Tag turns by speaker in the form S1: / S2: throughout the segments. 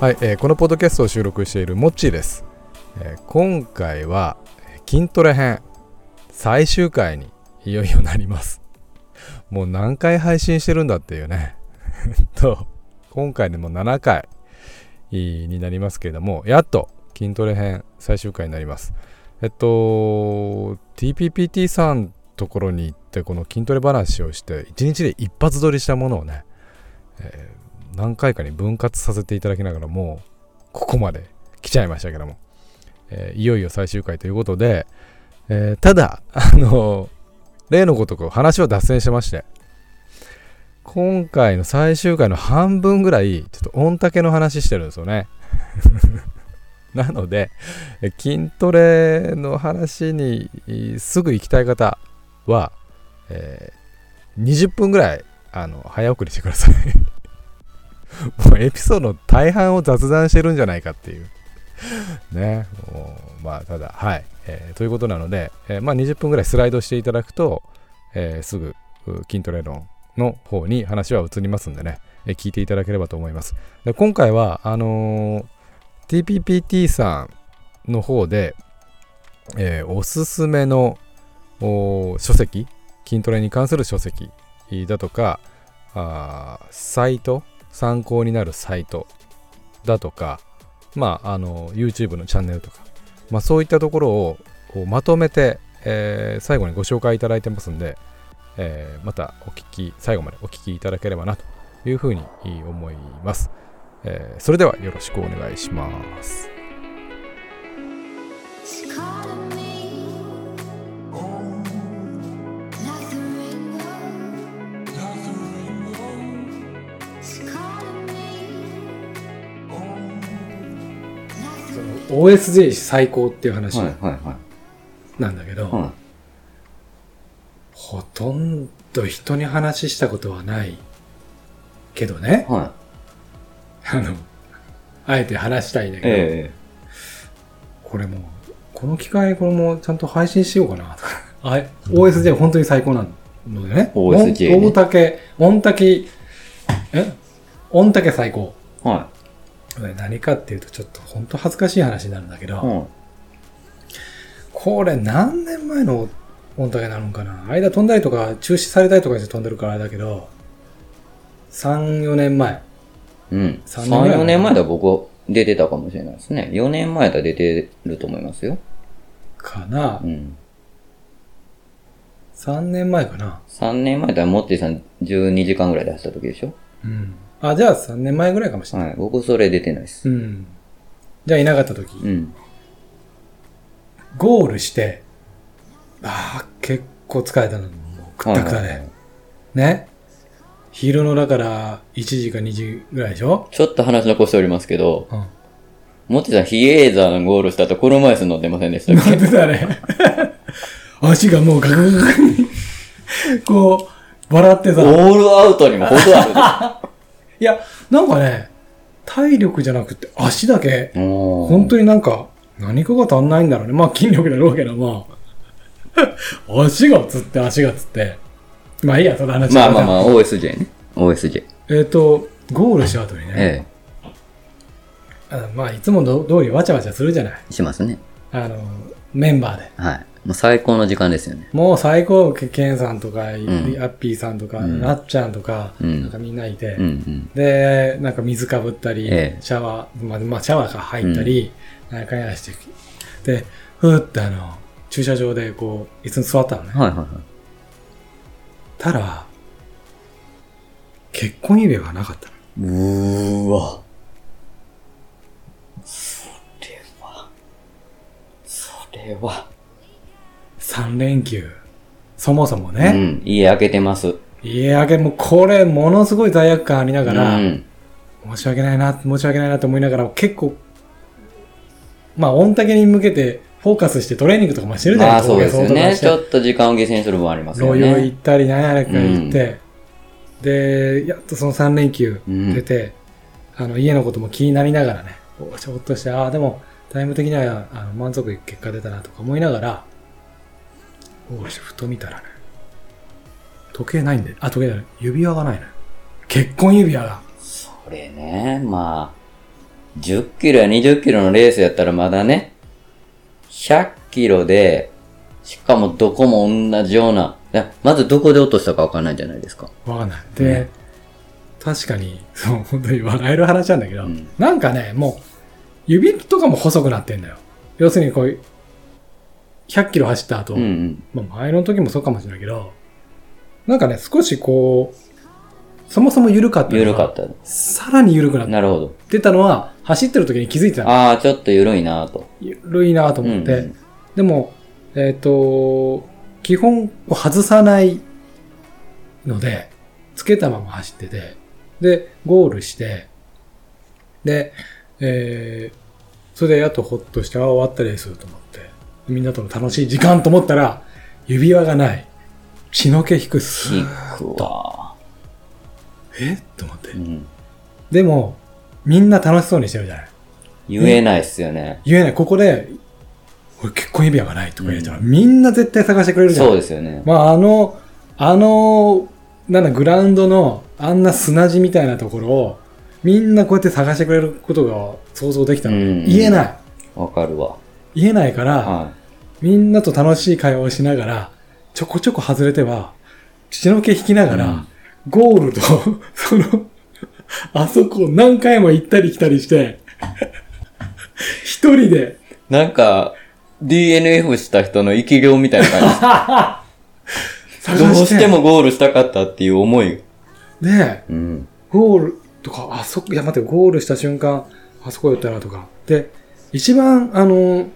S1: はい、えーこのポッドキャストを収録しているモッチーです、えー今回はえー筋トレ編最終回にいよいよなりますもう何回配信してるんだっていうね えっと今回でもう7回になりますけれどもやっと筋トレ編最終回になりますえっと TPPT さんところに行ってこの筋トレ話をして1日で一発撮りしたものをね、えー何回かに分割させていただきながらもうここまで来ちゃいましたけども、えーいよいよ最終回ということで、えーただあの例のごとく話は脱線してまして今回の最終回の半分ぐらいちょっと御嶽の話してるんですよね なのでえー筋トレの話にえーすぐ行きたい方は、えー20分ぐらいあの早送りしてくださいもうエピソードの大半を雑談してるんじゃないかっていう。 ね、もうまあただはい、えーということなので、えーまあ、20分ぐらいスライドしていただくと、えーすぐう筋トレ論の方に話は移りますんでね、えー聞いていただければと思いますで今回はあのー TPPT さんの方で、えーおすすめのおー書籍筋トレに関する書籍だとかあーサイト参考になるサイトだとか、まあ、あの YouTube のチャンネルとか、まあ、そういったところをこうまとめて、えー最後にご紹介いただいてますんで、えーまたお聞き最後までお聞きいただければなというふうに思います、えーそれではよろしくお願いします
S2: その OSJ 最高っていう話
S3: はいは
S2: なんだけど、
S3: いはい。
S2: ほとんど人に話したことはないけどね
S3: う、ん。はい。
S2: あの、あえて話したいんだけど、
S3: え
S2: これもう、この機会これもちゃんと配信しようかなとか。あ OSJ 本当に最高なのでね。
S3: OSJ ね
S2: おん大竹、御嶽、え御嶽最高。
S3: えは
S2: 何かっていうとちょっと本当恥ずかしい話になるんだけど、
S3: い。うん。
S2: これ何年前の御嶽なのかな間飛んだりとか中止されたりとかして飛んでるからあれだけど34年前
S3: うん。
S2: 三
S3: 3、
S2: 年ぐらい
S3: 4年前だ僕出てたかもしれないですね。4年前だ出てると思いますよ。
S2: かな、
S3: うん。
S2: 3年前かな
S3: 3年前だモッティさん12時間ぐらいで走った時でしょ
S2: うんあじゃあ3年前ぐらいかもしれない、
S3: はい。僕それ出てないです。
S2: うんじゃあいなかった時、
S3: うん。
S2: ゴールしてああ結構疲れたのもうくったくたで、
S3: はいはいはい
S2: ね昼のだから1時か2時ぐらいでしょ、
S3: ちょっと話残しておりますけど、
S2: うん、
S3: モッティさん比叡山ゴールした後車椅子乗ってませんでしたっ
S2: な
S3: け
S2: んでだね。 足がもうガクガクに、こう、笑ってさ。
S3: オールアウトにも程あ
S2: いや、なんかね、体力じゃなくて足だけ、
S3: る。もう
S2: 本当になんか、何かが足んないんだろうね。まあ筋力だろうけども。足がつって、足がつって。まあいいや、その話
S3: まあまあまあ、OSJ ね。OSJ。
S2: えっ、と、ゴールした後にね、
S3: え
S2: あまあいつもど通りわちゃわちゃするじゃない。
S3: え。しますね。
S2: あの、メンバーで。
S3: はい。もう最高の時間ですよね。
S2: もう最高、けケンさんとか、ア
S3: ん
S2: ッピーさんとか、
S3: うん
S2: なっちゃんとか、
S3: うん
S2: なんかみんないて、
S3: うんうん。
S2: で、なんか水かぶったり、
S3: ええ
S2: シャワー、まあ、まあ、シャワーが入ったり、なんかやらして、で、ふーってあの、駐車場でこう、椅子に座ったのね。
S3: はいはいはい。
S2: たら、結婚指輪がなかったの。
S3: うーわ。それは。
S2: 3連休。そもそも
S3: それは。う
S2: ね、
S3: ん、家開けてます。
S2: 家明けもこれ、ものすごい罪悪感ありながら、
S3: うん。
S2: 申し訳ないな、申し訳ないなと思いながら、結構、まあ、御嶽に向けてフォーカスしてトレーニングとかもしてるじゃな
S3: ま
S2: い
S3: あそうですよね。ち
S2: 相当
S3: ょっと時間を犠牲にする分ありますよ
S2: ロイを行
S3: ね
S2: っ。たり、何やらか行って、で、やっとその3連休
S3: うん
S2: 出て、あの、家のことも気になりながらね、おちょっとして、ああ、でも、タイム的にはあの満足いく結果出たなとか思いながら、おいし、ふと見たらね、時計ないんで、あ、時計ない、指輪がないね。結婚指輪が。
S3: それね、まあ、 10キロや20キロのレースやったらまだね、100キロで、しかもどこも同じような、いやまずどこで落としたかわかんないじゃないですか。
S2: わかんない。で、確かに、そう、本当に笑える話なんだけど、
S3: うん
S2: なんかね、もう、指とかも細くなってんだよ。要するにこう、100キロ走った後、
S3: うんうん。
S2: まあ前の時もそうかもしれないけど、なんかね、少しこう、そもそも緩かったのが
S3: 緩かった。
S2: さらに緩くなっ
S3: なるほど。
S2: てたのは、走ってる時に気づいてたの。
S3: ああ、ちょっと緩いなぁと。
S2: 緩いなと思って。
S3: うんうん
S2: でも、えっ、と、基本こう外さないので、つけたまま走ってて、で、ゴールして、で、えー、それでやっとほっとして、ああ、終わったレースと思って、みんなとの楽しい時間と思ったら、指輪がない。血の気引くす
S3: キ。ックは。
S2: えと思って
S3: う。ん。
S2: でも、みんな楽しそうにしてるじゃない。
S3: 言えないっすよね。
S2: 言えない。ここで、俺結婚指輪がないとか言えたら、みんな絶対探してくれるじゃん。
S3: そうですよね。
S2: まあ、あの、あの、なんだ、グラウンドの、あんな砂地みたいなところを、みんなこうやって探してくれることが想像できたの。
S3: うん
S2: 言えない。
S3: わかるわ。
S2: 言えないから、
S3: は。
S2: みんなと楽しい会話をしながら、ちょこちょこ外れては、血の毛引きないがら、
S3: うん
S2: ゴールと、その、あそこを何回も行ったり来たりして、一人で、
S3: なんか、DNF した人の生き量みたいな感
S2: 探
S3: じ。 どう
S2: して、
S3: してもゴールしたかったっていう思い。
S2: で、
S3: うん。
S2: ゴールとか、あそこ、いや待って、ゴールした瞬間、あそこ寄ったなとか。で、一番、あの、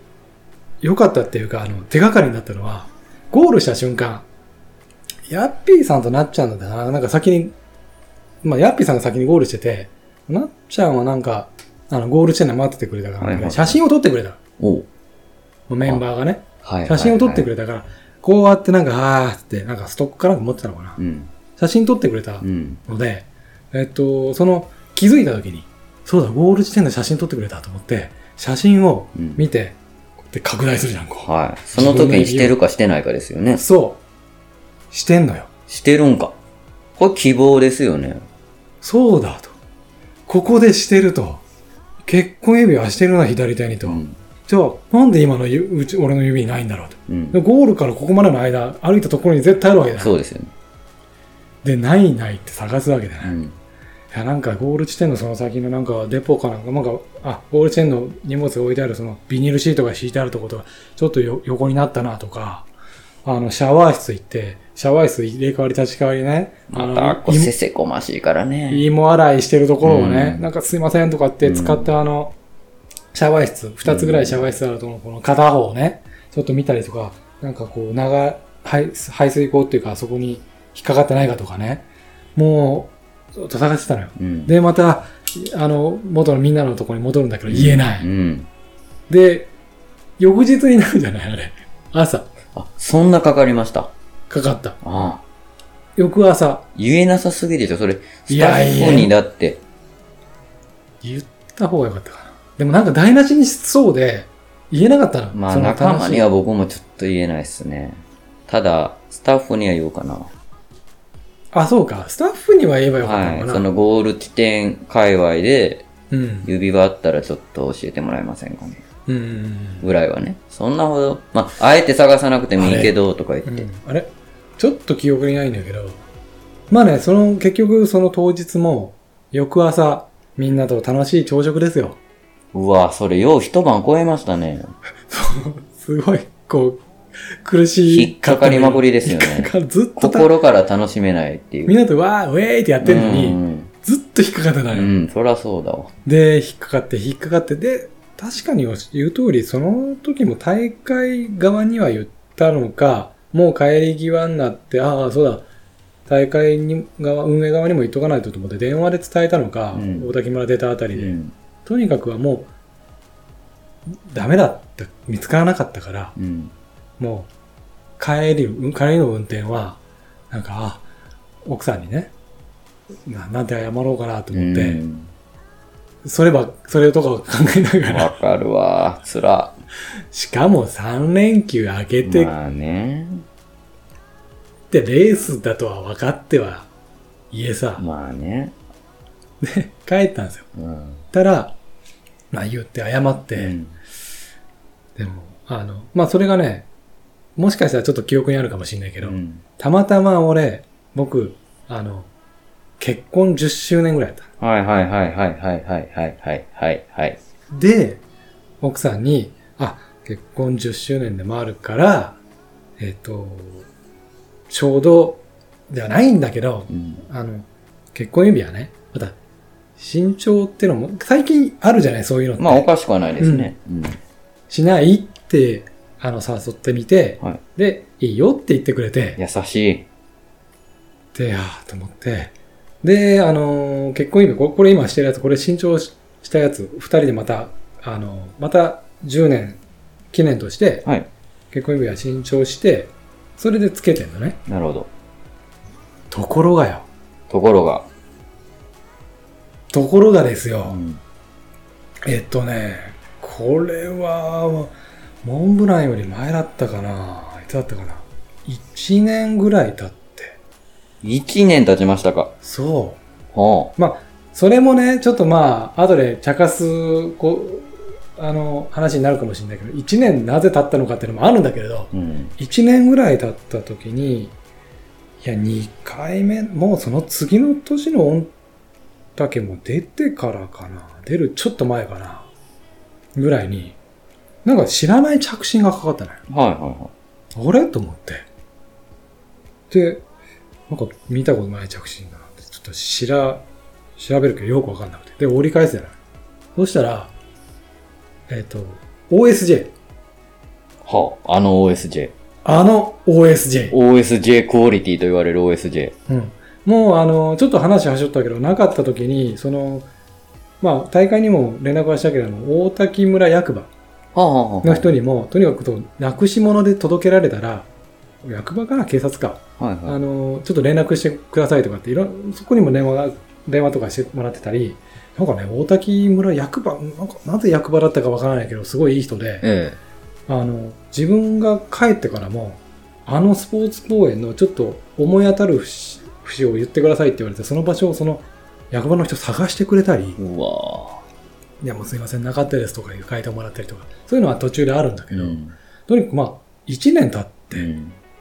S2: 良かったっていうか、あの、手がかりになったのは、ゴールした瞬間、ヤッピーさんとなっちゃんだったかな。なんか先に、まあ、ヤッピーさんが先にゴールしてて、なっちゃんはなんか、あの、ゴールしてんの待っててくれたから、
S3: はいはい
S2: 写真を撮ってくれた。
S3: お
S2: メンバーがね、
S3: はい。
S2: 写真を撮って
S3: れ。
S2: くれたから、こうやってなんか、あーって、なんかストックかなんか持ってたのかな
S3: う。ん。
S2: 写真撮ってくれた。
S3: うん。
S2: ので、えっと、その気づいた時に、そうだ、ゴール地点で写真撮ってくれたと思って、写真を
S3: うん
S2: 見て、こうやって拡大するじゃん、こう。
S3: はい。その時にしてるかしてないかですよね。
S2: そう。してんのよ。
S3: してるんか。これ希望ですよね。
S2: そうだと。ここでしてると。結婚指輪してるな、左手にと。
S3: うん。
S2: じゃあ、なんで今のゆうち俺の指にないんだろうと。
S3: うん
S2: でゴールからここまでの間、歩いたところに絶対あるわけだよ。
S3: そうですよね。
S2: で、ないないって探すわけだよ。
S3: うん。
S2: いやなんかゴール地点のその先のなんかデポかなんかなんかあゴール地点の荷物が置いてあるそのビニールシートが敷いてあるとことがちょっとよ横になったなとかあのシャワー室行ってシャワー室入れ替わり立ち替わりねあ
S3: ま
S2: の
S3: た、こうせせこましいから
S2: 芋
S3: ね。
S2: 芋洗いしてるところをね、
S3: うん
S2: なんかすいませんとかって使ったあの、シャワー室2つぐらいシャワー室あると思うこの片方をねちょっと見たりとかなんかこう長い排排水口っていうかあそこに引っかかってないかとかねもうずっと探してたのよ
S3: うん。
S2: で、また、あの、元のみんなのところに戻るんだけど、言えない。
S3: うん。
S2: で、翌日になるじゃないあれ。朝、
S3: あ、そんなかかりました。
S2: かかった。
S3: ああ。
S2: 翌朝、
S3: 言えなさすぎでしょ、それ。
S2: い
S3: スタッ
S2: や
S3: フにだって。
S2: 言った方がよかったかな。でもなんか台無しにしそうで、言えなかったの。
S3: まあ
S2: その
S3: 仲間には
S2: 楽し
S3: 僕もちょっと言えないっすね。ただ、スタッフには言おうかな。
S2: いあ、そうか。スタッフには言えばよかったの
S3: は
S2: か
S3: い。
S2: な。
S3: そのゴール地点界隈で
S2: うん。
S3: 指輪あったらちょっと教えてもらえませんかね。
S2: うんうん
S3: ぐらいはね。そんなほど、まあ、あえて探さなくてもいいけど、とか言っ
S2: うん。う
S3: て。
S2: ん。あれちょっと記憶にないんだけど。まあね、その、結局、その当日も、翌朝、みんなと楽しい朝食ですよ。
S3: うわ、それよう一晩超えましたね。
S2: すごい、こう、苦しい。
S3: 引っかかりまくりですよね
S2: 引っかかるずっとた
S3: 心から楽しめないっていう。
S2: みんなでわー、ウェーイってやってるの
S3: う
S2: に、
S3: ん
S2: ずっと引っかかってな
S3: うん、
S2: い、
S3: うん、そらそうだわ。
S2: で、引っかかって、引っかかって、で、確かに言う通り、その時も大会側には言ったのか、もう帰り際になって、ああ、そうだ、大会に側、運営側にも言っとかないとと思って、電話で伝えたのか、
S3: うん
S2: 大滝村出たあた
S3: う
S2: りで、
S3: ん、
S2: とにかくはもう、ダメだった、見つからなかったから、
S3: うん、
S2: もう、帰り、うん帰りの運転は、なんか、あ奥さんにね、ななんて謝ろうかなと思って、
S3: うん
S2: それば、それとかを考えながら、
S3: わかるわ、つら。
S2: しかも3連休明けてっ
S3: まあね、
S2: てレースだとは分かっては、家さ、
S3: まあね。
S2: 帰ったんですよ。
S3: うん、
S2: たら、まあ言って謝って、
S3: うん
S2: でも、あの、まあそれがね、もしかしたらちょっと記憶にあるかもしれないけ
S3: う
S2: ど、
S3: ん
S2: たまたま俺、僕、あの、結婚10周年ぐらいだっ
S3: はいはいはいはいはいはいはいはいはいはい。
S2: た。で、奥さんに、あ、結婚10周年でもあるから、えっ、と、ちょうど、ではないんだけど、
S3: うん
S2: あの、結婚指輪ね、また、身長ってのも、最近あるじゃない、そういうのって。
S3: まあおかしくはないですね。うん
S2: しないって、あの、誘ってみて、
S3: はい
S2: で、いいよって言ってくれて、
S3: 優しい。
S2: で、あーと思って。で、あのー結婚今、ここれ今してるやつ、これ新調ししたやつ、二人でまた、あのーまた10年記念として、
S3: はい。
S2: 結婚指輪新調して、それでつけてんのね。
S3: なるほど。
S2: ところがよ。
S3: ところが。
S2: ところがですよ。
S3: うん
S2: えっとね、これは、モンブランより前だったかな。いつだったかな。1年ぐらい経って。
S3: 一年経ちましたか。
S2: そう。
S3: ほ
S2: それもね、ちょっとまあ、後で茶化す、こう、あの、話になるかもしれないけど、1年なぜ経ったのかっていうのもあるんだけれど、
S3: う。うん。
S2: 1年ぐらい経った時に、いや、2回目、もうその次の年の御嶽も出てからかな、出るちょっと前かな、ぐらいに、なんか知らない着信がかかったのよ。
S3: はいはいは
S2: あれと思って。で、なんか見たことない着信だなって、ちょっとしら、調べるけどよくわかんなくて。で、折り返すじゃない。そしたら、えっ、と、OSJ。
S3: い。はあ、あの OSJ。
S2: あの OSJ。
S3: OSJ クオリティと言われる OSJ。
S2: うん。もう、あの、ちょっと話はしょったけど、なかった時に、その、まあ、大会にも連絡はしたけれども、大滝村役場
S3: はあはあはあ。
S2: の人にも、とにかくと、なくし物で届けられたら、役場かな警察か。
S3: はいは
S2: あの、ちょっと連絡してくださいとかって、いろん、そこにも電話が、電話とかしてもらってたり、なんかね、大滝村役場、なんか、なぜ役場だったかわからないけど、すごいいい人
S3: い。
S2: で、
S3: え
S2: あの、自分が帰ってからも、あのスポーツ公園のちょっと思い当たる節節を言ってくださいって言われて、その場所をその役場の人探してくれたり
S3: え。、うわ
S2: いやもうすいません、なかったですとかいう書いてもらったりとか、そういうのは途中であるんだけ
S3: ぁ。
S2: ど、
S3: ん。
S2: とにかくまあ、1年経って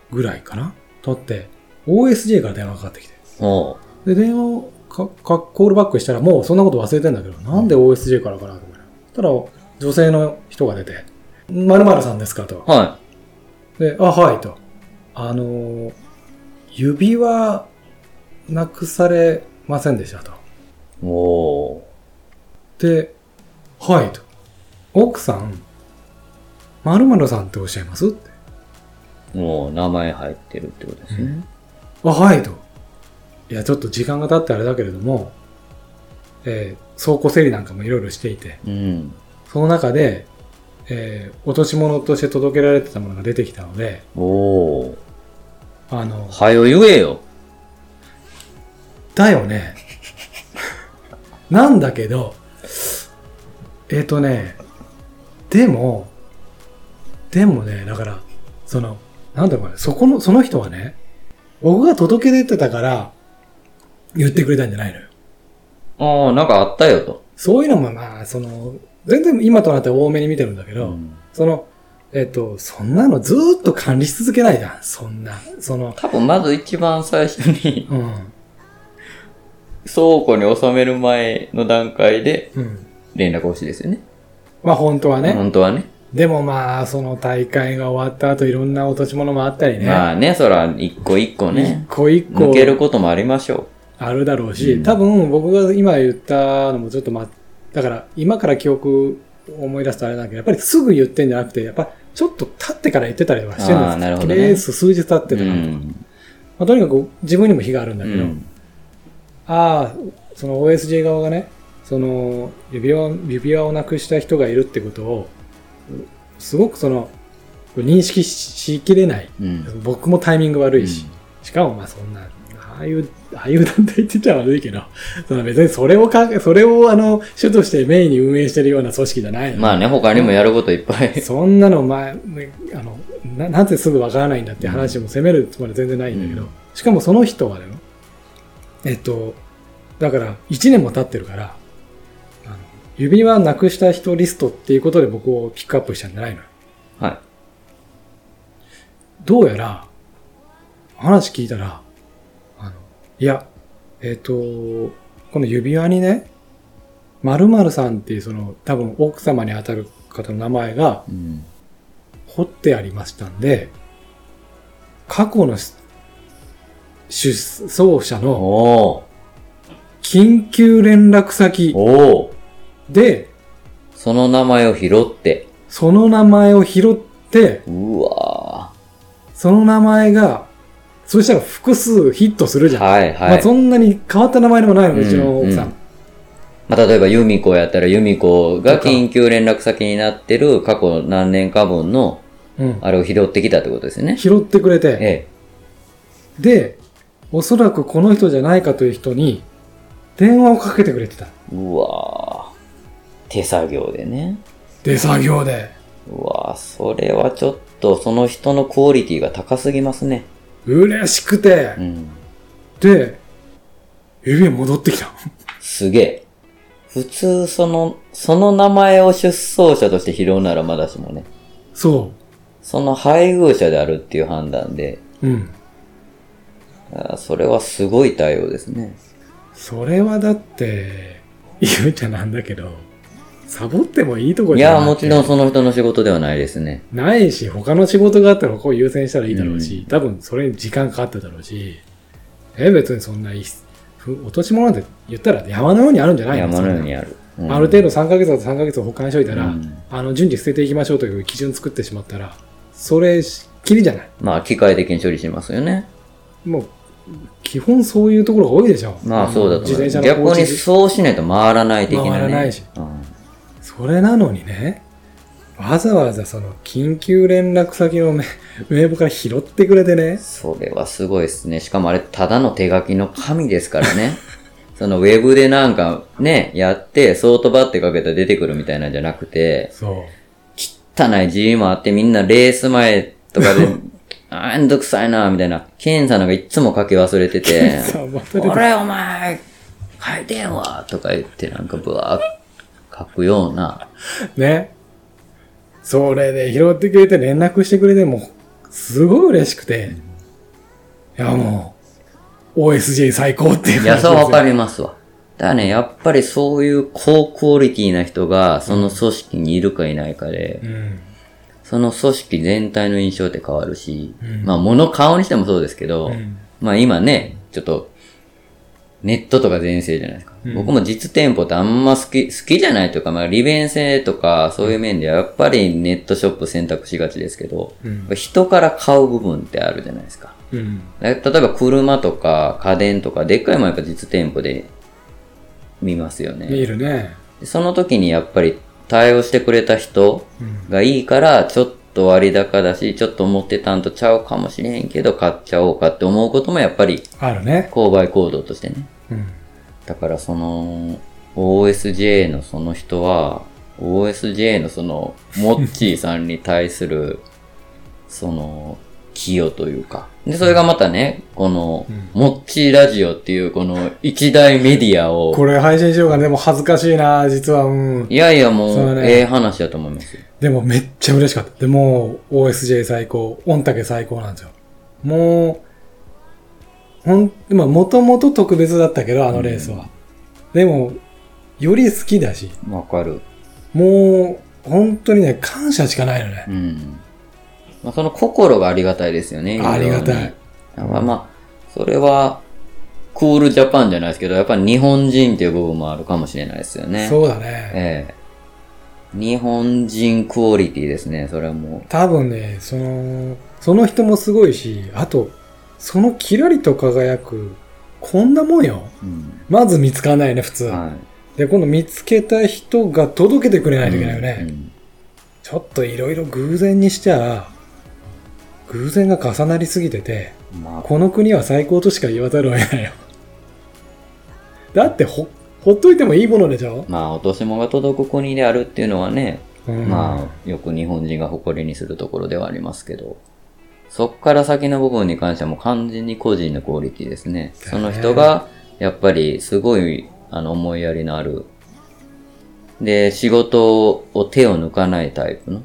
S2: ぐらいかな、経って、OSJ から電話がかかってきて、
S3: ほ
S2: で、電話をかかコールバックしたら、もうそんなこと忘れてんだけど、なんで OSJ からかなと思って。そしたら、女性の人が出て、まるさんですかと
S3: う。。は
S2: で、あ、はい、と。あのー指輪、なくされませんでしたと。
S3: い。おー。
S2: で、はい、と。奥さん、まるさんっておっしゃいますって。
S3: もう名前入ってるってことですね。
S2: あ、はい、と。いや、ちょっと時間が経ってあれだけれども、えー倉庫整理なんかもいろいろしていて、
S3: うん。
S2: その中で、えー落とし物として届けられてたものが出てきたので、
S3: おー。
S2: あの、
S3: はよ言えよ。
S2: だよね。なんだけど、えっ、とね、でも、でもね、だから、その、なんだろうね、そこの、その人はね、僕が届け出てたから、言ってくれたんじゃないのよ。
S3: ああ、なんかあったよと。
S2: そういうのもまあ、その、全然今となっては多めに見てるんだけ
S3: う
S2: ど、
S3: ん
S2: その、えっ、と、そんなのずーっと管理し続けないじゃん。そんな、その、
S3: 多分まず一番最初に
S2: うん。
S3: 倉庫に収める前の段階で
S2: うん。
S3: 連絡欲しいですよね。
S2: まあ本当はね。
S3: 本当はね。
S2: でもまあ、その大会が終わった後いろんな落とし物もあったりね。
S3: まあね、そら一個一個
S2: 一
S3: ね、
S2: 個一個
S3: 抜けることもありましょ
S2: あるだろうし、
S3: うん
S2: 多分僕が今言ったのもちょっとま、だから今から記憶を思い出すとあれなんだけど、やっぱりすぐ言ってんじゃなくて、やっぱちょっと経ってから言ってたりとかしてるんです
S3: あーなるほどね
S2: レース数日経って
S3: う。
S2: とか、
S3: うん。
S2: まあ、とにかく自分にも非があるんだ
S3: う
S2: けど、
S3: ん。
S2: ああ、その OSJ 側がね、その指輪指輪をなくした人がいるってことを、すごくその認識ししきれない。
S3: うん。
S2: 僕もタイミング悪いし、しかもまあそんな、ああいう、ああいう団体って言っちゃ悪いけど、その別にそれをかけ、それをあの、主としてメインに運営してるような組織じゃないの。
S3: まあね、他にもやることいっぱい。
S2: そんなの前、あの、な、なぜすぐわからないんだって話も責めるつもりは全然ないんだけど、
S3: うん
S2: しかもその人はだよ、えっと、だから1年も経ってるから、あの指輪なくした人リストっていうことで僕をピックアップしたんじゃないのよ
S3: はい。
S2: どうやら、話聞いたら、あの、いや、えっ、と、この指輪にね、〇〇さんっていうその、多分奥様に当たる方の名前が
S3: うん。
S2: 彫ってありましたんで、過去のし出走者の
S3: おー
S2: 緊急連絡先
S3: おお
S2: で、
S3: その名前を拾って。
S2: その名前を拾って、
S3: うわ
S2: その名前が、そしたら複数ヒットするじ
S3: ー
S2: ゃん。
S3: はいはい。
S2: まあそんなに変わった名前でもないので、うちの奥さ
S3: うん
S2: ん。
S3: まあ、例えば、ユミコやったら、ユミコが緊急連絡先になってる過去何年か分の、
S2: うん。
S3: あれを拾ってきたってことですね。
S2: 拾ってくれて、
S3: え
S2: で、おそらくこの人じゃないかという人に、電話をかけてくれてた。
S3: え。うわぁ。手作業でね。
S2: 手作業で。
S3: うわぁ、それはちょっと、その人のクオリティが高すぎますね。
S2: 嬉しくて
S3: う、ん。
S2: で、指戻ってきた。
S3: すげえ。普通、その、その名前を出走者として拾うならまだしもね、
S2: そ
S3: その配偶者であるっていう判断で、
S2: う。うん。
S3: あーそれはすごい対応ですね。
S2: それはだって、 言うちゃなんだけど、サボってもいいとこ
S3: い
S2: じゃな
S3: や、
S2: くて
S3: もちろんその人の仕事ではないですね。
S2: ないし、他の仕事があったらここを優先したらいいだろう
S3: う
S2: し、
S3: ん
S2: 多分それに時間かかっただろうし、え、別にそんないいふ落とし物なんて言ったら山のようにあるんじゃないの
S3: 山のよう
S2: そん
S3: に
S2: な
S3: ある。
S2: ある程度3ヶ月だと3ヶ月を保管しといたら、
S3: うん
S2: あの、順次捨てていきましょうという基準作ってしまったら、それし、きりじゃない。
S3: まあ、機械的に処理しますよね。
S2: もう、基本そういうところが多いでしょ。
S3: まあ、そうだと
S2: 自
S3: 思い
S2: 転
S3: ます。
S2: 車の放
S3: 逆
S2: 置
S3: にそうしないと回らない的なね。
S2: 回らないし
S3: うん
S2: それなのにね、わざわざその緊急連絡先 のメ名簿から拾ってくれてね、
S3: それはすごいですね。しかもあれ、ただの手書きの紙ですから ね。そのウェブでなんかね、やって、ソートバってかけたら出てくるみたいなんじゃなくて、
S2: そう。
S3: 汚い字もあってみんなレース前とか で、あーめんどくさいな、みたいな。検査なんかいつも書き忘れてて、
S2: さあ、また出て
S3: これお前、書いてんわとか言ってなんかブワー書くよう な。
S2: ね。それで拾ってくれて連絡してくれてもう、すごい嬉しくて。いやもう、OSJ 最高っていう感じ
S3: い
S2: で
S3: や、
S2: す
S3: そう
S2: よ
S3: わかりますわ。だからね、やっぱりそういう高クオリティな人が、その組織にいるかいないかで、
S2: うん。
S3: その組織全体の印象って変わるし、
S2: うん
S3: まあ物顔にしてもそうですけど、
S2: うん
S3: まあ今ね、ちょっと、ネットとか全盛じゃないですか。
S2: うん
S3: 僕も実店舗ってあんま好き、好きじゃないというか、まあ利便性とかそういう面ではやっぱりネットショップ選択しがちですけど、
S2: うん。
S3: 人から買う部分ってあるじゃないですか。
S2: うん。
S3: だ例えば車とか家電とか、でっかいもんやっぱ実店舗で見ますよね。
S2: 見るね。
S3: でその時にやっぱり対応してくれた人
S2: うん。
S3: がいいから、ちょっと割高だし、ちょっと思ってたんとちゃうかもしれへんけど、買っちゃおうかって思うこともやっぱり
S2: あるね。
S3: 購買行動としてね。
S2: うん。
S3: だからその、OSJ のその人は、OSJ のその、モッチーさんに対する、 その、寄与というか。で、それがまたね、この
S2: うん、
S3: モッチーラジオっていうこの一大メディアを、
S2: これ配信しようかな。でも恥ずかしいな、実は。うん。
S3: いやいやも
S2: そう
S3: う、
S2: ね
S3: ええ話だと思いますよ。
S2: でもめっちゃ嬉しかった。でもう OSJ 最高、御嶽最高なんですよ。もう、ほん、まあもともと特別だったけど、あのレースは。でも、より好きだし、
S3: わかる。
S2: もう、本当にね、感謝しかないのね
S3: う。ん。まあ、その心がありがたいですよね。
S2: ありがたい。
S3: だからまあ、それは、クールジャパンじゃないですけど、やっぱり日本人っていう部分もあるかもしれないですよね。う。
S2: そうだね。
S3: ええ日本人クオリティですね、それはも
S2: 多分ね、その、その人もすごいし、あと、そのキラリと輝く、こんなもんよ。
S3: う。うん。
S2: まず見つからないよね、普通。
S3: は
S2: で、今度見つけた人が届けてくれ
S3: い。
S2: ないといけないよね。
S3: うん
S2: ちょっといろいろ偶然にしちゃ、偶然が重なりすぎてて、
S3: うんまあ、
S2: この国は最高としか言わざるを得ないよ。 だってほ、ほっといてもいいものでしょ、
S3: まあ、落とし物が届く国であるっていうのはね、
S2: うん
S3: まあ、よく日本人が誇りにするところではありますけど、そっから先の部分に関してはもう完全に個人のクオリティですね。
S2: だね
S3: その人が、やっぱりすごい、あの、思いやりのあるで、仕事を手を抜かないタイプの。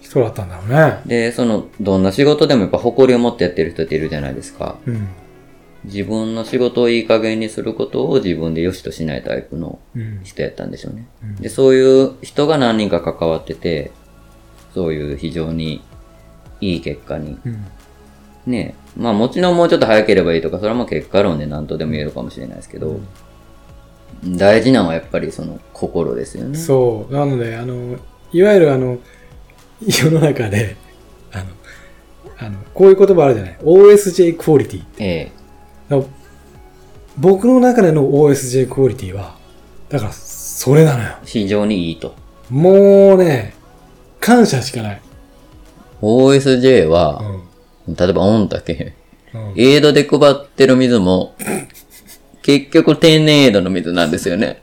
S2: 人だったんだろうね。
S3: で、その、どんな仕事でもやっぱ誇りを持ってやってる人っているじゃないですか。
S2: うん。
S3: 自分の仕事をいい加減にすることを自分で良しとしないタイプの
S2: うん。
S3: 人やったんでしょうね。
S2: うん
S3: で、そういう人が何人か関わってて、そういう非常にいい結果に。
S2: うん。
S3: ねえまあもちろんもうちょっと早ければいいとか、それはもう結果論で何とでも言えるかもしれないですけど、大事なのはやっぱりその心ですよね。
S2: そう。なので、あの、いわゆるあの、世の中で、あの、あのこういう言葉あるじゃない。OSJ クオリティ。
S3: え
S2: だから僕の中での OSJ クオリティは、だから、それなのよ
S3: え。非常にいいと。
S2: もうね、感謝しかない。
S3: OSJ は、
S2: う
S3: 例えばオンだけ、
S2: ん。うん、
S3: エイドで配ってる水も、結局天然エイドの水なんですよね。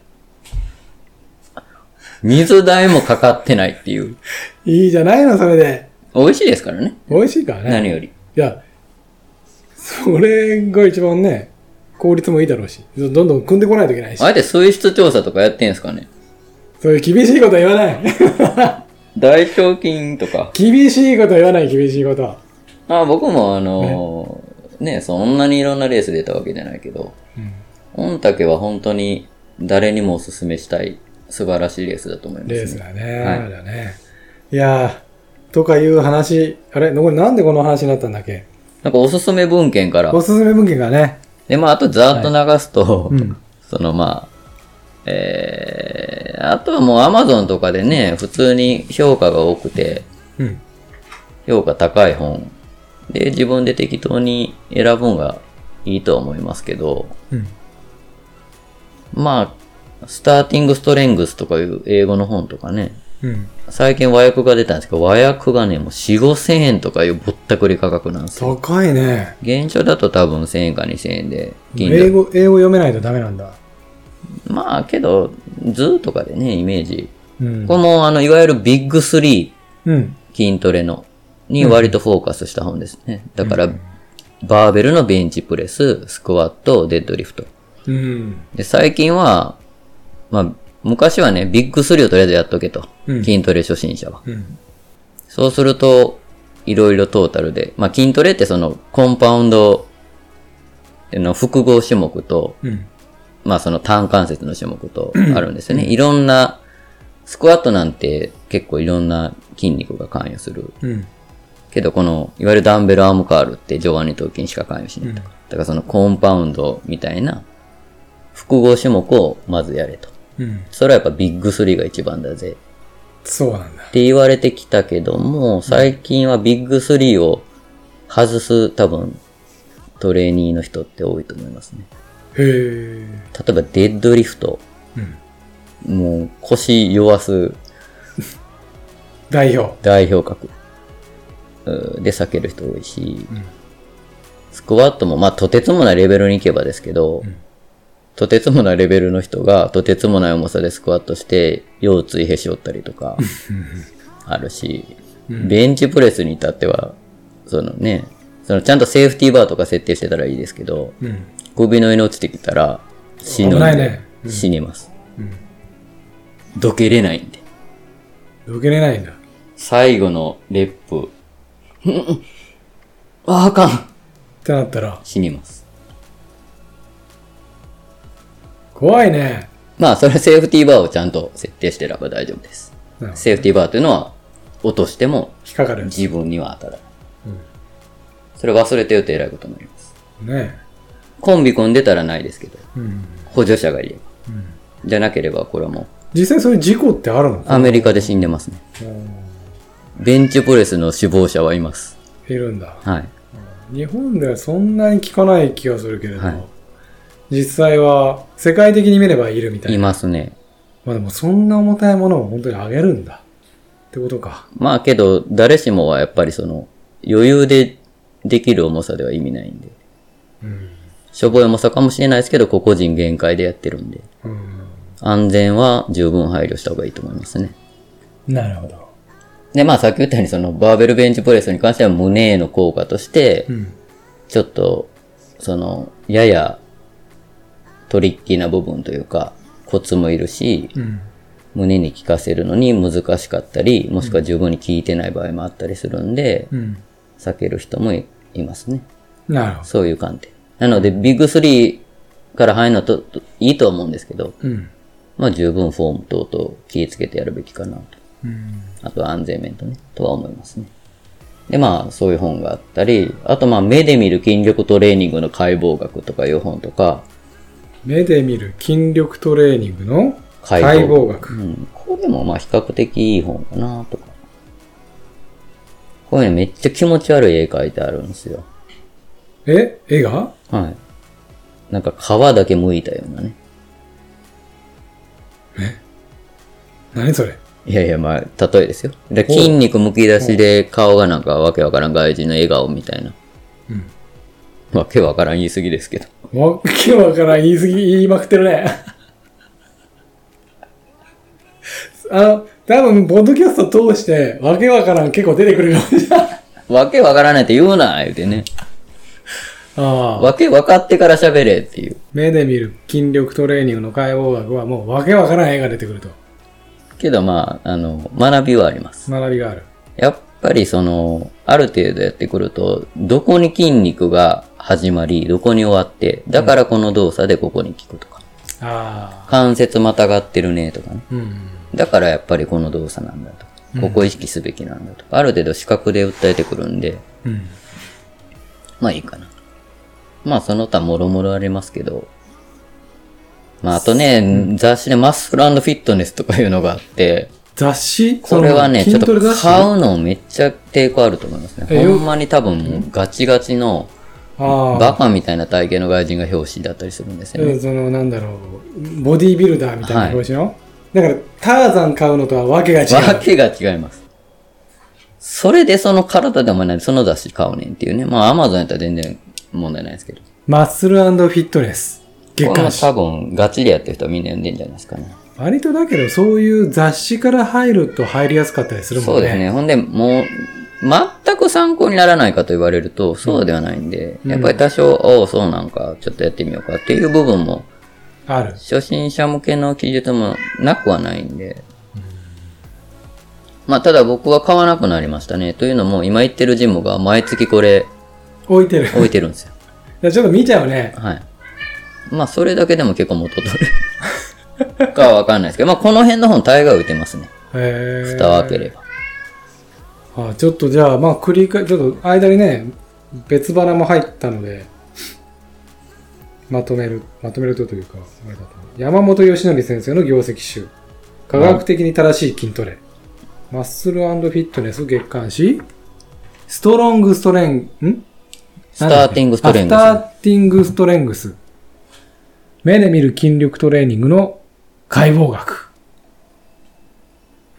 S3: 水代もかかってないっていう。
S2: いいじゃないの、それで。
S3: 美味しいですからね。
S2: 美味しいからね。
S3: 何より。
S2: いや、それが一番ね、効率もいいだろうし、どんどん組んでこないといけないし
S3: あ、えて水質調査とかやってんすかね。
S2: そういう厳しいことは言わない。
S3: 大腸菌とか。
S2: 厳しいことは言わない、厳しいことは。
S3: まあ僕もあのーね、そんなにいろんなレース出たわけじゃないけど、
S2: うん、
S3: 御嶽は本当に誰にもおすすめしたい素晴らしいレースだと思います、ね。
S2: レースだね。
S3: はい
S2: あれだね。いやー、とかいう話、あれ、残りなんでこの話になったんだっけ
S3: なんかおすすめ文献から
S2: お。すすめ文献がね、
S3: で、まああとざーっと流すと、
S2: うん、
S3: そのまあ、えー、あとはもう Amazon とかでね、普通に評価が多くて、
S2: うん、
S3: 評価高い本。で、自分で適当に選ぶのがいいと思いますけど、
S2: うん、
S3: まあ、スターティングストレングスとかいう英語の本とかね、
S2: うん。
S3: 最近和訳が出たんですけど、和訳がね、もう4、5千円とかいうぼったくり価格なんですよ。
S2: 高いね。
S3: 現状だと多分1000円か2000円で、
S2: 英
S3: 語
S2: 語、英語読めないとダメなんだ。
S3: まあけど、図とかでね、イメージ。
S2: うん
S3: こ。れもあの、いわゆるビッグ3、
S2: うん。
S3: 筋トレの、に割とフォーカスした本ですね。だから、バーベルのベンチプレス、スクワット、デッドリフト。
S2: うん。
S3: で、最近は、まあ、昔はね、ビッグ3をとりあえずやっとけと。
S2: うん
S3: 筋トレ初心者は。
S2: うん。
S3: そうすると、いろいろトータルで、まあ、筋トレってその、コンパウンドの複合種目と、
S2: うん。
S3: まあ、その単関節の種目とあるんですよね。いろんな、スクワットなんて結構いろんな筋肉が関与する。
S2: うん。
S3: けど、この、いわゆるダンベルアームカールって上腕二頭筋しか関与しないとか。だからそのコンパウンドみたいな複合種目をまずやれと。
S2: うん。
S3: それはやっぱビッグ3が一番だぜ。
S2: そうなんだ。
S3: って言われてきたけども、最近はビッグ3を外す多分トレーニーの人って多いと思いますね。
S2: へえ。
S3: 例えばデッドリフト。
S2: うん
S3: もう腰弱す
S2: 代表。
S3: 代表格うーで避ける人多いし、
S2: ん
S3: スクワットもまあとてつもないレベルに行けばですけど、
S2: ん
S3: とてつもないレベルの人がとてつもない重さでスクワットして腰椎へし折ったりとかあるし、ベンチプレスに至っては、そのね、そのちゃんとセーフティーバーとか設定してたらいいですけど、
S2: うん。
S3: 首の上に落ちてきたら死ぬ
S2: 危
S3: ん
S2: ない
S3: で、
S2: ねうん
S3: 死にます、どけれないんで。
S2: 受けれないんだ。
S3: 最後のレップ。 ああかん。
S2: ってなったら、
S3: 死にます。
S2: 怖いね。
S3: まあ、それはセーフティーバーをちゃんと設定してれば大丈夫です。
S2: うん
S3: セーフティーバーというのは、落としても
S2: 引っかかる。
S3: 自分には当たらない。
S2: うん
S3: それ忘れてると偉いことになります。
S2: ね
S3: コンビ組んでたらないですけど、
S2: うん。
S3: 補助者がいれば。じゃなければ、これはもう、
S2: 実際そういう事故ってあるの
S3: アメリカで死んでますね。ベンチプレスの死亡者はいます。
S2: いるんだ。
S3: はい。
S2: 日本ではそんなに聞かない気がするけれど、
S3: はい
S2: 実際は世界的に見ればいるみたい
S3: い
S2: な。
S3: ますね。
S2: まあでもそんな重たいものを本当に上げるんだ。ってことか。
S3: まあけど、誰しもはやっぱりその、余裕でできる重さでは意味ないんで。
S2: うん。
S3: しょぼい重さかもしれないですけど、個々人限界でやってるんで。
S2: うん。
S3: 安全は十分配慮した方がいいと思いますね。
S2: なるほど。
S3: で、まあさっき言ったようにその、バーベルベンチプレスに関しては胸への効果として
S2: う、ん。
S3: ちょっと、その、ややトリッキーな部分というか、コツもいるし、
S2: うん。
S3: 胸に聞かせるのに難しかったり、もしくは十分に聞いてない場合もあったりするんで、
S2: うん。
S3: 避ける人もいいますね。
S2: なるほど。
S3: そういう観点。なので、ビッグ3から入るのはとといいとは思うんですけど、
S2: うん。
S3: まあ十分フォーム等々気をつけてやるべきかなと。
S2: うん。
S3: あとは安全面とね、とは思いますね。で、まあ、そういう本があったり、あとまあ、目で見る筋力トレーニングの解剖学とかいう本とか、
S2: 目で見る筋力トレーニングの解剖学。
S3: うん。これもまあ、比較的いい本かなとか。こういうのめっちゃ気持ち悪い絵描いてあるんですよ。
S2: え絵が
S3: はい。なんか皮だけ剥いたようなね。
S2: 何それ
S3: いやいや、まあ、例えですよ。で筋肉むき出しで顔がなんかわけわからん外人の笑顔みたいな。
S2: うん。
S3: わけわからん言い過ぎですけど。
S2: わけわからん言い過ぎ、言いまくってるね。あの、多分、ポッドキャスト通して、わけわからん結構出てくるかもしれない。
S3: わけわからないって言うな、言うてね。
S2: ああ。
S3: わけ分かってから喋れっていう。
S2: 目で見る筋力トレーニングの解剖学はもうわけわからん絵が出てくると。
S3: けどまあ、あの、学びはあります。
S2: 学びがある。
S3: やっぱりその、ある程度やってくると、どこに筋肉が始まり、どこに終わって、だからこの動作でここに効くとか、
S2: ああ。
S3: 関節またがってるねとかね。
S2: うん。
S3: だからやっぱりこの動作なんだとか、ここ意識すべきなんだとか、ある程度視覚で訴えてくるんで、
S2: うん。
S3: まあいいかな。まあその他もろもろありますけど、まああとね、雑誌でマッスルフィットネスとかいうのがあって、
S2: 雑誌
S3: これはね、
S2: そ
S3: ちょ
S2: の
S3: っと
S2: 筋トレ雑誌
S3: 買うのめっちゃ抵抗あると思いますね。
S2: え
S3: ほんまに多分もうガチガチの
S2: ああ。
S3: バカみたいな体型の外人が表紙だったりするんですよ
S2: う
S3: ね。
S2: んそのなんだろうボディービルダーみたいな
S3: はい
S2: 表紙の、だからターザン買うのとはわけが違
S3: わ
S2: う
S3: けが違います。それでその体でもない、その雑誌買うねんっていうね。まあアマゾンやったら全然問題ないですけど。
S2: マッスルフィットネス月
S3: これは
S2: 刊誌
S3: 多分ガチでやってる人はみんな読んでんじゃないですかね。
S2: 割とだけどそういう雑誌から入ると入りやすかったりするもんね
S3: そうですね。ほんで、もう、全く参考にならないかと言われると、そうではないんで、
S2: うん
S3: やっぱり多少、おお、そうなんか、ちょっとやってみようかっていう部分も、
S2: ある
S3: 初心者向けの記述もなくはないんで、まあ、ただ僕は買わなくなりましたね。というのも、今行ってるジムが毎月これ
S2: 置いてる だか
S3: 置いてるんですよ。
S2: らちょっと見ちゃうね
S3: はい。まあ、それだけでも結構元取る かはわかんないですけど、まあ、この辺の本大概売ってますね。
S2: へえ
S3: 蓋を開ければ。
S2: あちょっとじゃあまあ繰り返ちょっと間にね別腹も入ったのでまとめるまとめるとというかあれだと山本義則先生の業績集科学的に正しい筋トレ、マッスルフィットネス月刊誌ストロングストレンん
S3: スターティングストレングス
S2: あスターティングストレングス目で見る筋力トレーニングの解剖学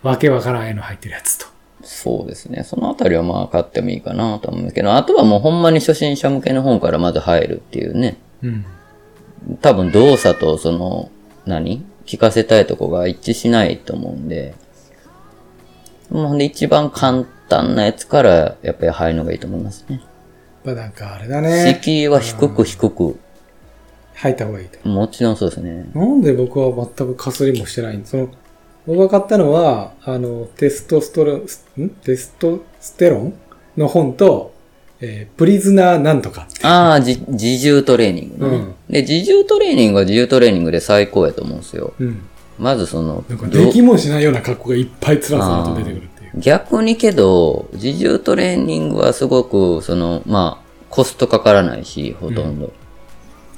S2: わけわからん絵の入ってるやつと
S3: そうですね。そのあたりはまあ買ってもいいかなと思うんですけど、あとはもうほんまに初心者向けの本からまず入るっていうね。
S2: うん
S3: 多分動作とその、何聞かせたいとこが一致しないと思うんで。もうほんで一番簡単なやつからやっぱり入るのがいいと思いますね。
S2: まあなんかあれだね。
S3: 敷居は低く低く。
S2: 入った方がいいと。
S3: もちろんそうですね。
S2: なんで僕は全くかすりもしてないんその、僕が買ったのは、あの、テストストロン、んテストステロンの本と、えープリズナーなんとか。
S3: ああ、じ自重トレーニングね、
S2: うん
S3: で、自重トレーニングは自重トレーニングで最高やと思うんですよ。
S2: うん。
S3: まずその、
S2: なんか、
S3: ど
S2: できもしないような格好がいっぱいつらつらと出てくるっていう。
S3: 逆にけど、自重トレーニングはすごく、その、まあ、コストかからないし、ほとんど。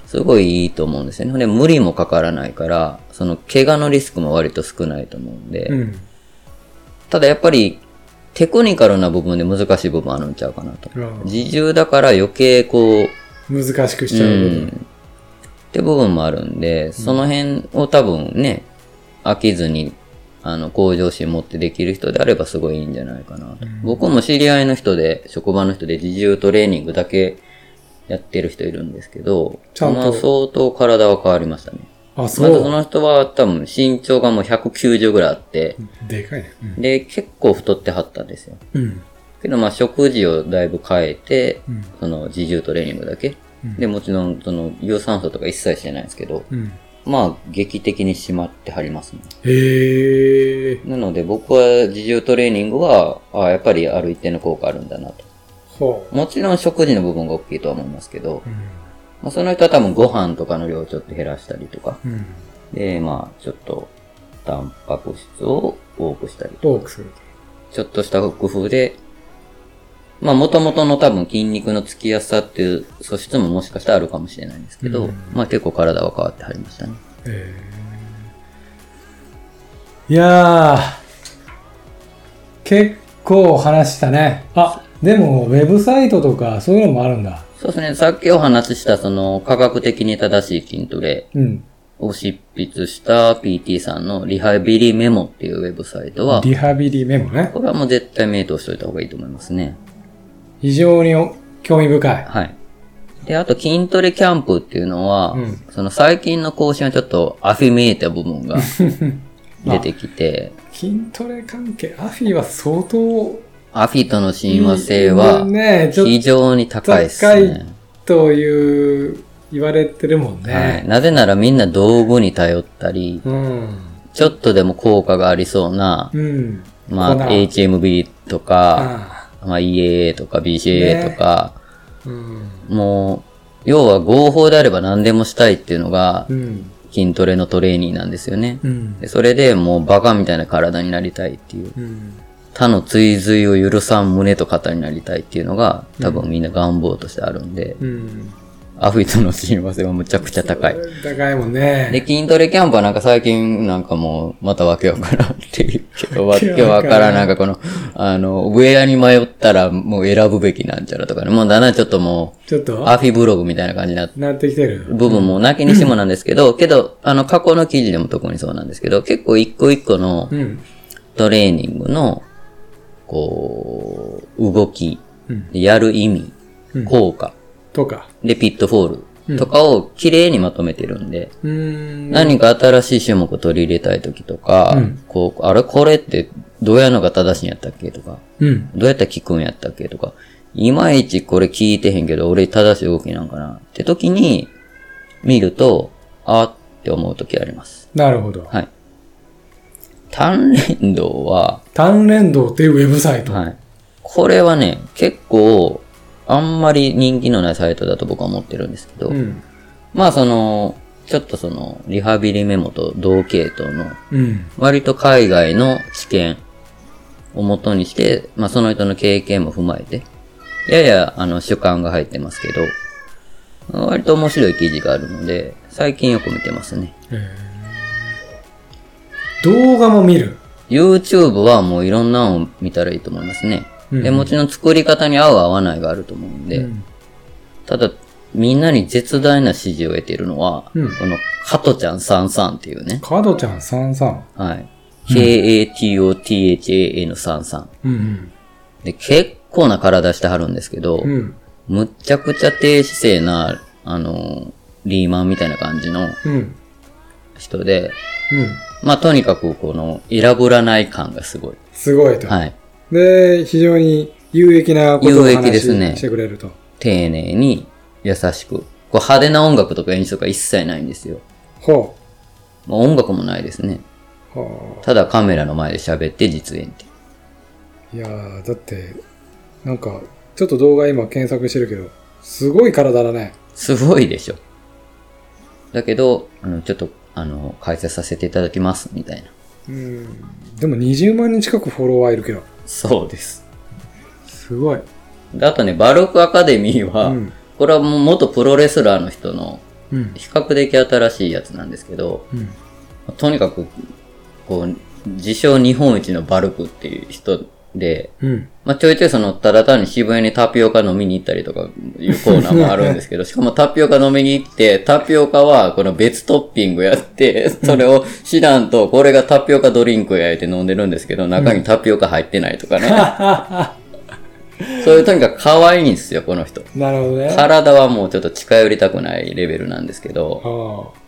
S3: すごいいいと思うんですよね。で、無理もかからないから、その、怪我のリスクも割と少ないと思うんで。
S2: うん。
S3: ただやっぱり、テクニカルな部分で難しい部分あるんちゃうかなと。
S2: うん
S3: 自重だから余計こう、
S2: 難しくしち
S3: う
S2: ゃう。
S3: ん。って部分もあるんで、その辺を多分ね、飽きずに、あの、向上心持ってできる人であればすごいいいんじゃないかなと。僕も知り合いの人で、職場の人で自重トレーニングだけやってる人いるんですけど、
S2: ちゃんと
S3: まあ相当体は変わりましたね。
S2: あ、
S3: ま
S2: そ。
S3: ずそうの人は多分身長がもう190ぐらいあって、
S2: でかいね。
S3: で、結構太ってはったんですよ。
S2: うん。うん。
S3: けどまあ食事をだいぶ変えて、
S2: うん
S3: その自重トレーニングだけ。
S2: うん
S3: で、もちろんその有酸素とか一切してないんですけど、
S2: うん。
S3: まあ、劇的に締まってはりますね。
S2: へえ。
S3: なので僕は自重トレーニングは、あやっぱりある一定の効果あるんだなと。
S2: ほ
S3: もちろん食事の部分が大きいとは思いますけど
S2: う。、うん。
S3: まあ、その人は多分ご飯とかの量をちょっと減らしたりとか、
S2: うん。
S3: で、まあ、ちょっと、タンパク質を多くしたりとか
S2: 多くすると。
S3: ちょっとした工夫で、まあ元々の多分筋肉のつきやすさっていう素質ももしかしたらあるかもしれないんですけど、
S2: うん
S3: まあ結構体は変わってはりましたね。
S2: えーいやー、結構話したね。あ、でも、ウェブサイトとか、そういうのもあるんだ。
S3: そうですね、さっきお話ししたその科学的に正しい筋トレ
S2: うん。
S3: を執筆した PT さんのリハビリメモっていうウェブサイトは、
S2: リハビリメモね。
S3: これはもう絶対目通しといた方がいいと思いますね。
S2: 非常にお興味深い。
S3: はい。で、あと筋トレキャンプっていうのは、
S2: うん
S3: その最近の更新はちょっとアフィメータ部分 が出てきて、
S2: 筋トレ関係、アフィは相当、
S3: アフィとの親和性は
S2: ね、ちょ
S3: 非
S2: っ
S3: 常に高いですね。
S2: という、言われてるもんね。
S3: はい、なぜならみんな道具に頼ったり、
S2: うん。
S3: ちょっとでも効果がありそうな、
S2: うん。
S3: まあ、
S2: 粉
S3: HMB とか、
S2: あ
S3: まあ、EAA とか BCA とか、
S2: あ。うん。
S3: もう、要は合法であれば何でもしたいっていうのが
S2: うん。
S3: 筋トレのトレーニーなんですよね。
S2: うん。
S3: でそれでもうバカみたいな体になりたいっていう、
S2: うん。
S3: 他の追随を許さん胸と肩になりたいっていうのが多分みんな願望としてあるんで、
S2: うん。
S3: アフィとの親和性はむちゃくちゃ高い。
S2: 高いもんね。
S3: で、筋トレキャンプはなんか最近なんかもう、またわけわからんっていう けど、わ
S2: け
S3: け
S2: わ
S3: わ
S2: か
S3: からら
S2: ん
S3: んなんかこの、あの、ウェアに迷ったらもう選ぶべきなんちゃらとかね、もうだんだんちょっとも
S2: ちょっ
S3: う、
S2: と、
S3: アフィブログみたいな感じになって、
S2: なってきてる。
S3: 部分もなきにしもなんですけど、けど、あの、過去の記事でも特にそうなんですけど、結構一個一個の
S2: うん。
S3: トレーニングの、こう、動き
S2: うん、
S3: やる意味
S2: うん、
S3: 効果、
S2: とか。
S3: で、ピットフォールとかを綺麗にまとめてるんで、
S2: うーん。
S3: 何か新しい種目を取り入れたい時とか、
S2: うん
S3: こう、あれこれってどうやるのが正しいんやったっけとか、
S2: うん。
S3: どうやったら効くんやったっけとか、いまいちこれ聞いてへんけど、俺正しい動きなんかなって時に見ると、あーって思う時あります。
S2: なるほど。
S3: はい。単連動は、
S2: 単連動っていうウェブサイト。
S3: はい。これはね、結構、あんまり人気のないサイトだと僕は思ってるんですけど、
S2: うん。
S3: まあその、ちょっとその、リハビリメモと同系統の
S2: うん。
S3: 割と海外の知見を元にして、まあ、その人の経験も踏まえて、やや、あの、主観が入ってますけど、割と面白い記事があるので、最近よく見てますね。
S2: 動画も見る。
S3: YouTube はもういろんなのを見たらいいと思いますね。
S2: うん
S3: で、もちろん作り方に合う合わないがあると思うんで、
S2: うん
S3: ただ、みんなに絶大な支持を得ているのは、
S2: うん
S3: この、加トちゃん33っていうね、
S2: カードちゃん33。
S3: はい。K-A-T-O-T-H-A-N 33。
S2: うん。
S3: で、結構な体してはるんですけど、
S2: うん。
S3: むっちゃくちゃ低姿勢な、あの、リーマンみたいな感じの
S2: うん。うん。
S3: 人で、まあ、とにかくこの、選ぶらない感がすごい。
S2: すごいと。
S3: はい。
S2: で、非常に有益なことを
S3: 有益
S2: 話
S3: ですね
S2: してくれると。
S3: 丁寧に、優しく。こう派手な音楽とか演出とか一切ないんですよ。
S2: ほ
S3: まあ、音楽もないですね。
S2: う。ほ
S3: ただカメラの前で喋って実演って。
S2: う。いやー、だって、なんか、ちょっと動画今検索してるけど、すごい体だね。
S3: すごいでしょ。だけど、あの、ちょっと、あの、解説させていただきます、みたいな。
S2: うん。でも20万人近くフォロワーいるけど。
S3: そうです。
S2: すごい。
S3: であとね、バロックアカデミー
S2: う
S3: は、
S2: ん。
S3: これはもう元プロレスラーの人の
S2: うん。
S3: 比較的新しいやつなんですけど、
S2: うん。
S3: とにかく、こう、自称日本一のバルクっていう人で、
S2: うん。
S3: まあ、ちょいちょいその、ただ単に渋谷にタピオカ飲みに行ったりとかいうコーナーもあるんですけど、しかもタピオカ飲みに行って、タピオカはこの別トッピングやって、それを知らんと、これがタピオカドリンクやって飲んでるんですけど、中にタピオカ入ってないとかね。そういうとにかく可愛いんですよ、この人。
S2: なるほどね。
S3: 体はもうちょっと近寄りたくないレベルなんですけど、
S2: あ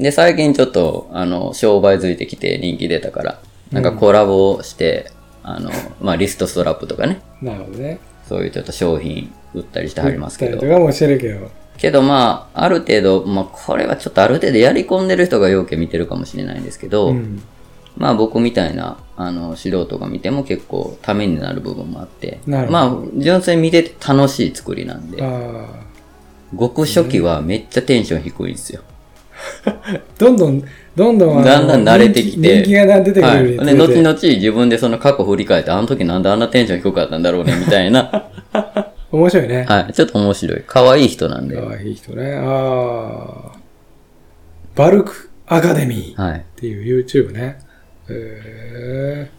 S3: で、最近ちょっと、あの、商売づいてきて人気出たから、なんかコラボして、あの、まあ、リストストラップとかね、
S2: あ、なるほどね。
S3: そういうちょっと商品売ったりしてはりますけ
S2: 打っ
S3: ど
S2: たり、とかもしてるけど。
S3: けどまあ、ある程度、まあこれはちょっとある程度やり込んでる人がようけ見てるかもしれないんですけど、
S2: うん。
S3: まあ僕みたいな、あの、素人が見ても結構ためになる部分もあって、
S2: なるほど
S3: まあ、純粋に見てて楽しい作りなんで、
S2: あ
S3: 極初期はめっちゃテンション低いんですよ。
S2: あ。どんどん、どんどんあの、
S3: だんだん慣れてきて
S2: 人気人気が出てく
S3: は
S2: る
S3: い。
S2: よう
S3: で、
S2: になって
S3: 後々自分でその過去振り返って、あの時なんであんなテンション低かったんだろうね、みたい な。
S2: 面白いね。
S3: はい。ちょっと面白い。可愛い人なんで。
S2: 可
S3: は
S2: 愛い人ね。ああ。バルクアカデミーっ
S3: い。
S2: ていう YouTube ね。へえ。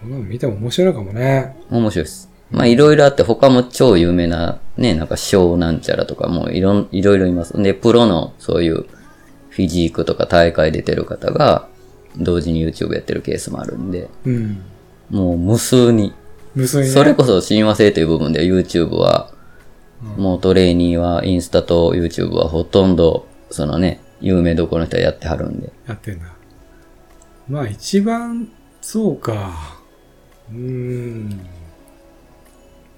S2: こんなの見ても面白いかもね。
S3: 面白いです。まあ、いろいろあって、他も超有名な、ね、なんか、小なんちゃらとか、もういろん、いろいろいます。で、プロの、そういう、フィジークとか大会出てる方が、同時に YouTube やってるケースもあるんで、
S2: うん。
S3: もう無数に。
S2: 無数にね。
S3: それこそ親和性という部分で YouTube は、もうトレーニーはインスタと YouTube はほとんど、そのね、有名どころの人はやってはるんで。
S2: やってんだ。まあ一番、そうか。うーん。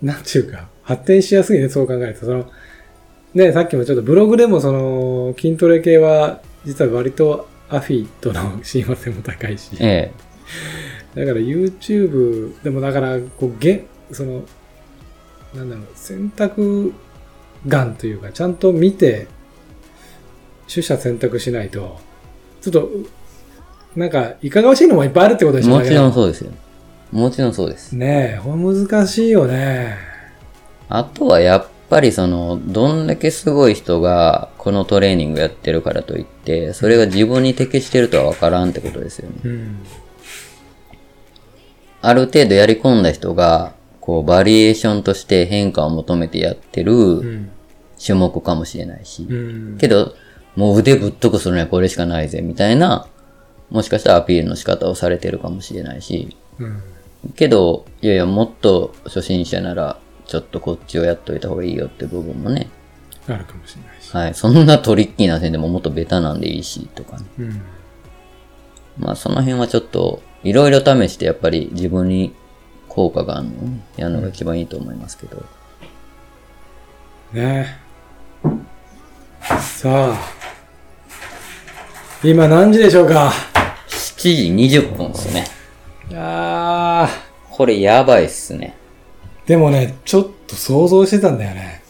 S2: なんていうか、発展しやすいね、そう考えると。その、ね、さっきもちょっとブログでもその、筋トレ系は、実は割とアフィとの 親和性も高いし。だか
S3: え
S2: ら YouTube、でもだから、こう、げ、その、なんだろう、選択眼というか、ちゃんと見て、取捨選択しないと、ちょっと、なんか、いかがわしいのもいっぱいあるってこと
S3: え。
S2: でしょ
S3: もちろん
S2: う。
S3: そうですよ。もちろんそうです。
S2: ねえ、ほん難しいよね。
S3: あとはやっぱりその、どんだけすごい人がこのトレーニングやってるからといって、それが自分に適してるとはわからんってことですよね。
S2: うん。
S3: ある程度やり込んだ人が、こう、バリエーションとして変化を求めてやって
S2: う
S3: る
S2: ん。
S3: 種目かもしれないし
S2: う。ん。
S3: けど、もう腕ぶっとくするにはこれしかないぜ、みたいな、もしかしたらアピールの仕方をされてるかもしれないし。
S2: うん。
S3: けど、いやいや、もっと初心者なら、ちょっとこっちをやっといた方がいいよって部分もね、
S2: あるかもしれないし。
S3: はい。そんなトリッキーな線でももっとベタなんでいいし、とかね。
S2: うん。
S3: まあその辺はちょっと、いろいろ試してやっぱり自分に効果があるのをねやるのが一番いいと思いますけど。
S2: ねえ。さあ、今何時でしょうか
S3: 7時20分ですね。
S2: あー。
S3: これやばいっすね。
S2: でもね、ちょっと想像してたんだよね。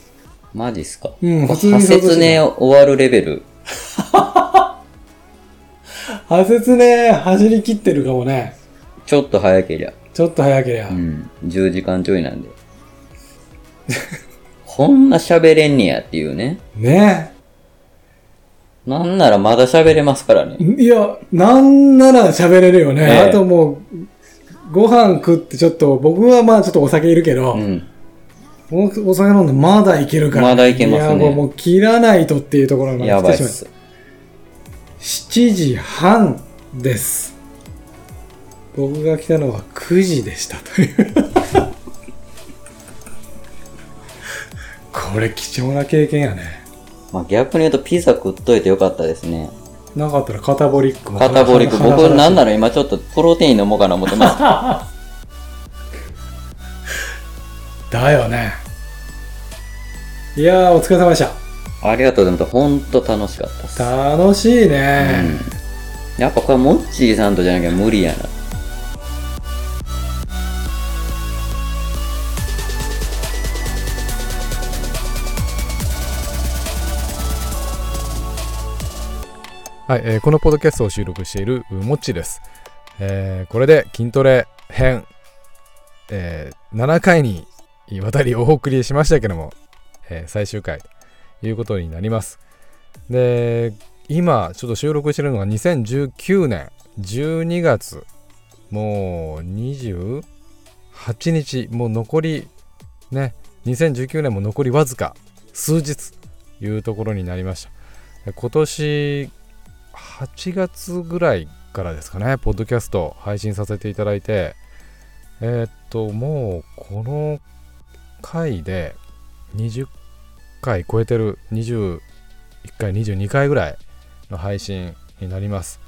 S3: マジっすか。
S2: うん普通に
S3: 破
S2: 想像して
S3: 説ね終わるレベル。
S2: 破説ね、走り切ってるかもね。
S3: ちょっと早けりゃ。
S2: ちょっと早けりゃ。
S3: うん。10時間ちょい なんで。こんな喋れんねやっていうね。
S2: ね
S3: なんならまだ喋れますからね。
S2: いや、なんなら喋れるよね。
S3: ええ
S2: あともう、ご飯食ってちょっと、僕はまあちょっとお酒いるけど
S3: う、ん。
S2: おお酒飲んでまだいけるから、
S3: まだいけますね
S2: いや、もうもう切らないとっていうところまで
S3: やばいっ
S2: 来てし
S3: す。
S2: まう。7時半です。僕が来たのは9時でしたという。 これ貴重な経験やね。
S3: まあ、逆に言うとピザ食っといてよかったですね。
S2: なかったらカタボリックも
S3: カタボリッ ク。僕なん
S2: だ
S3: なら今ちょっとプロテイン飲もうかな思ってます。
S2: だよね。いやー、お疲れ様でし
S3: ありがとうございます。ほんと楽しかったです。
S2: た。楽しいね。
S3: やっぱこれモッチーさんとじゃなきゃ無理やな。
S1: はい、えーこのポッドキャストを収録しているうもっちです、えーこれで筋トレ編、えー7回にわたりお送りしましたけども、えー最終回ということになりますで今ちょっと収録してるのが2019年12月もう28日もう残りね2019年も残りわずか数日というところになりましたで今年8月ぐらいからですかね、ポッドキャスト配信させていただいて、えーっと、もうこの回で20回超えてる、21回、22回ぐらいの配信になります。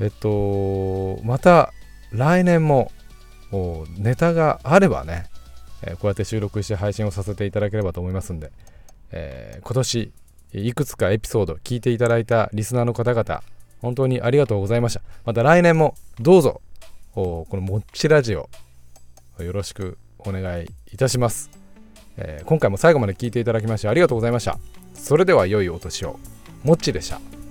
S1: えっと、また来年もおネタがあればね、えーこうやって収録して配信をさせていただければと思いますんで、えー今年いくつかエピソード聞いていただいたリスナーの方々本当にありがとうございましたまた来年もどうぞおこのもっちラジオよろしくお願いいたします、えー今回も最後まで聞いていただきましてありがとうございましたそれでは良いお年をもっちでした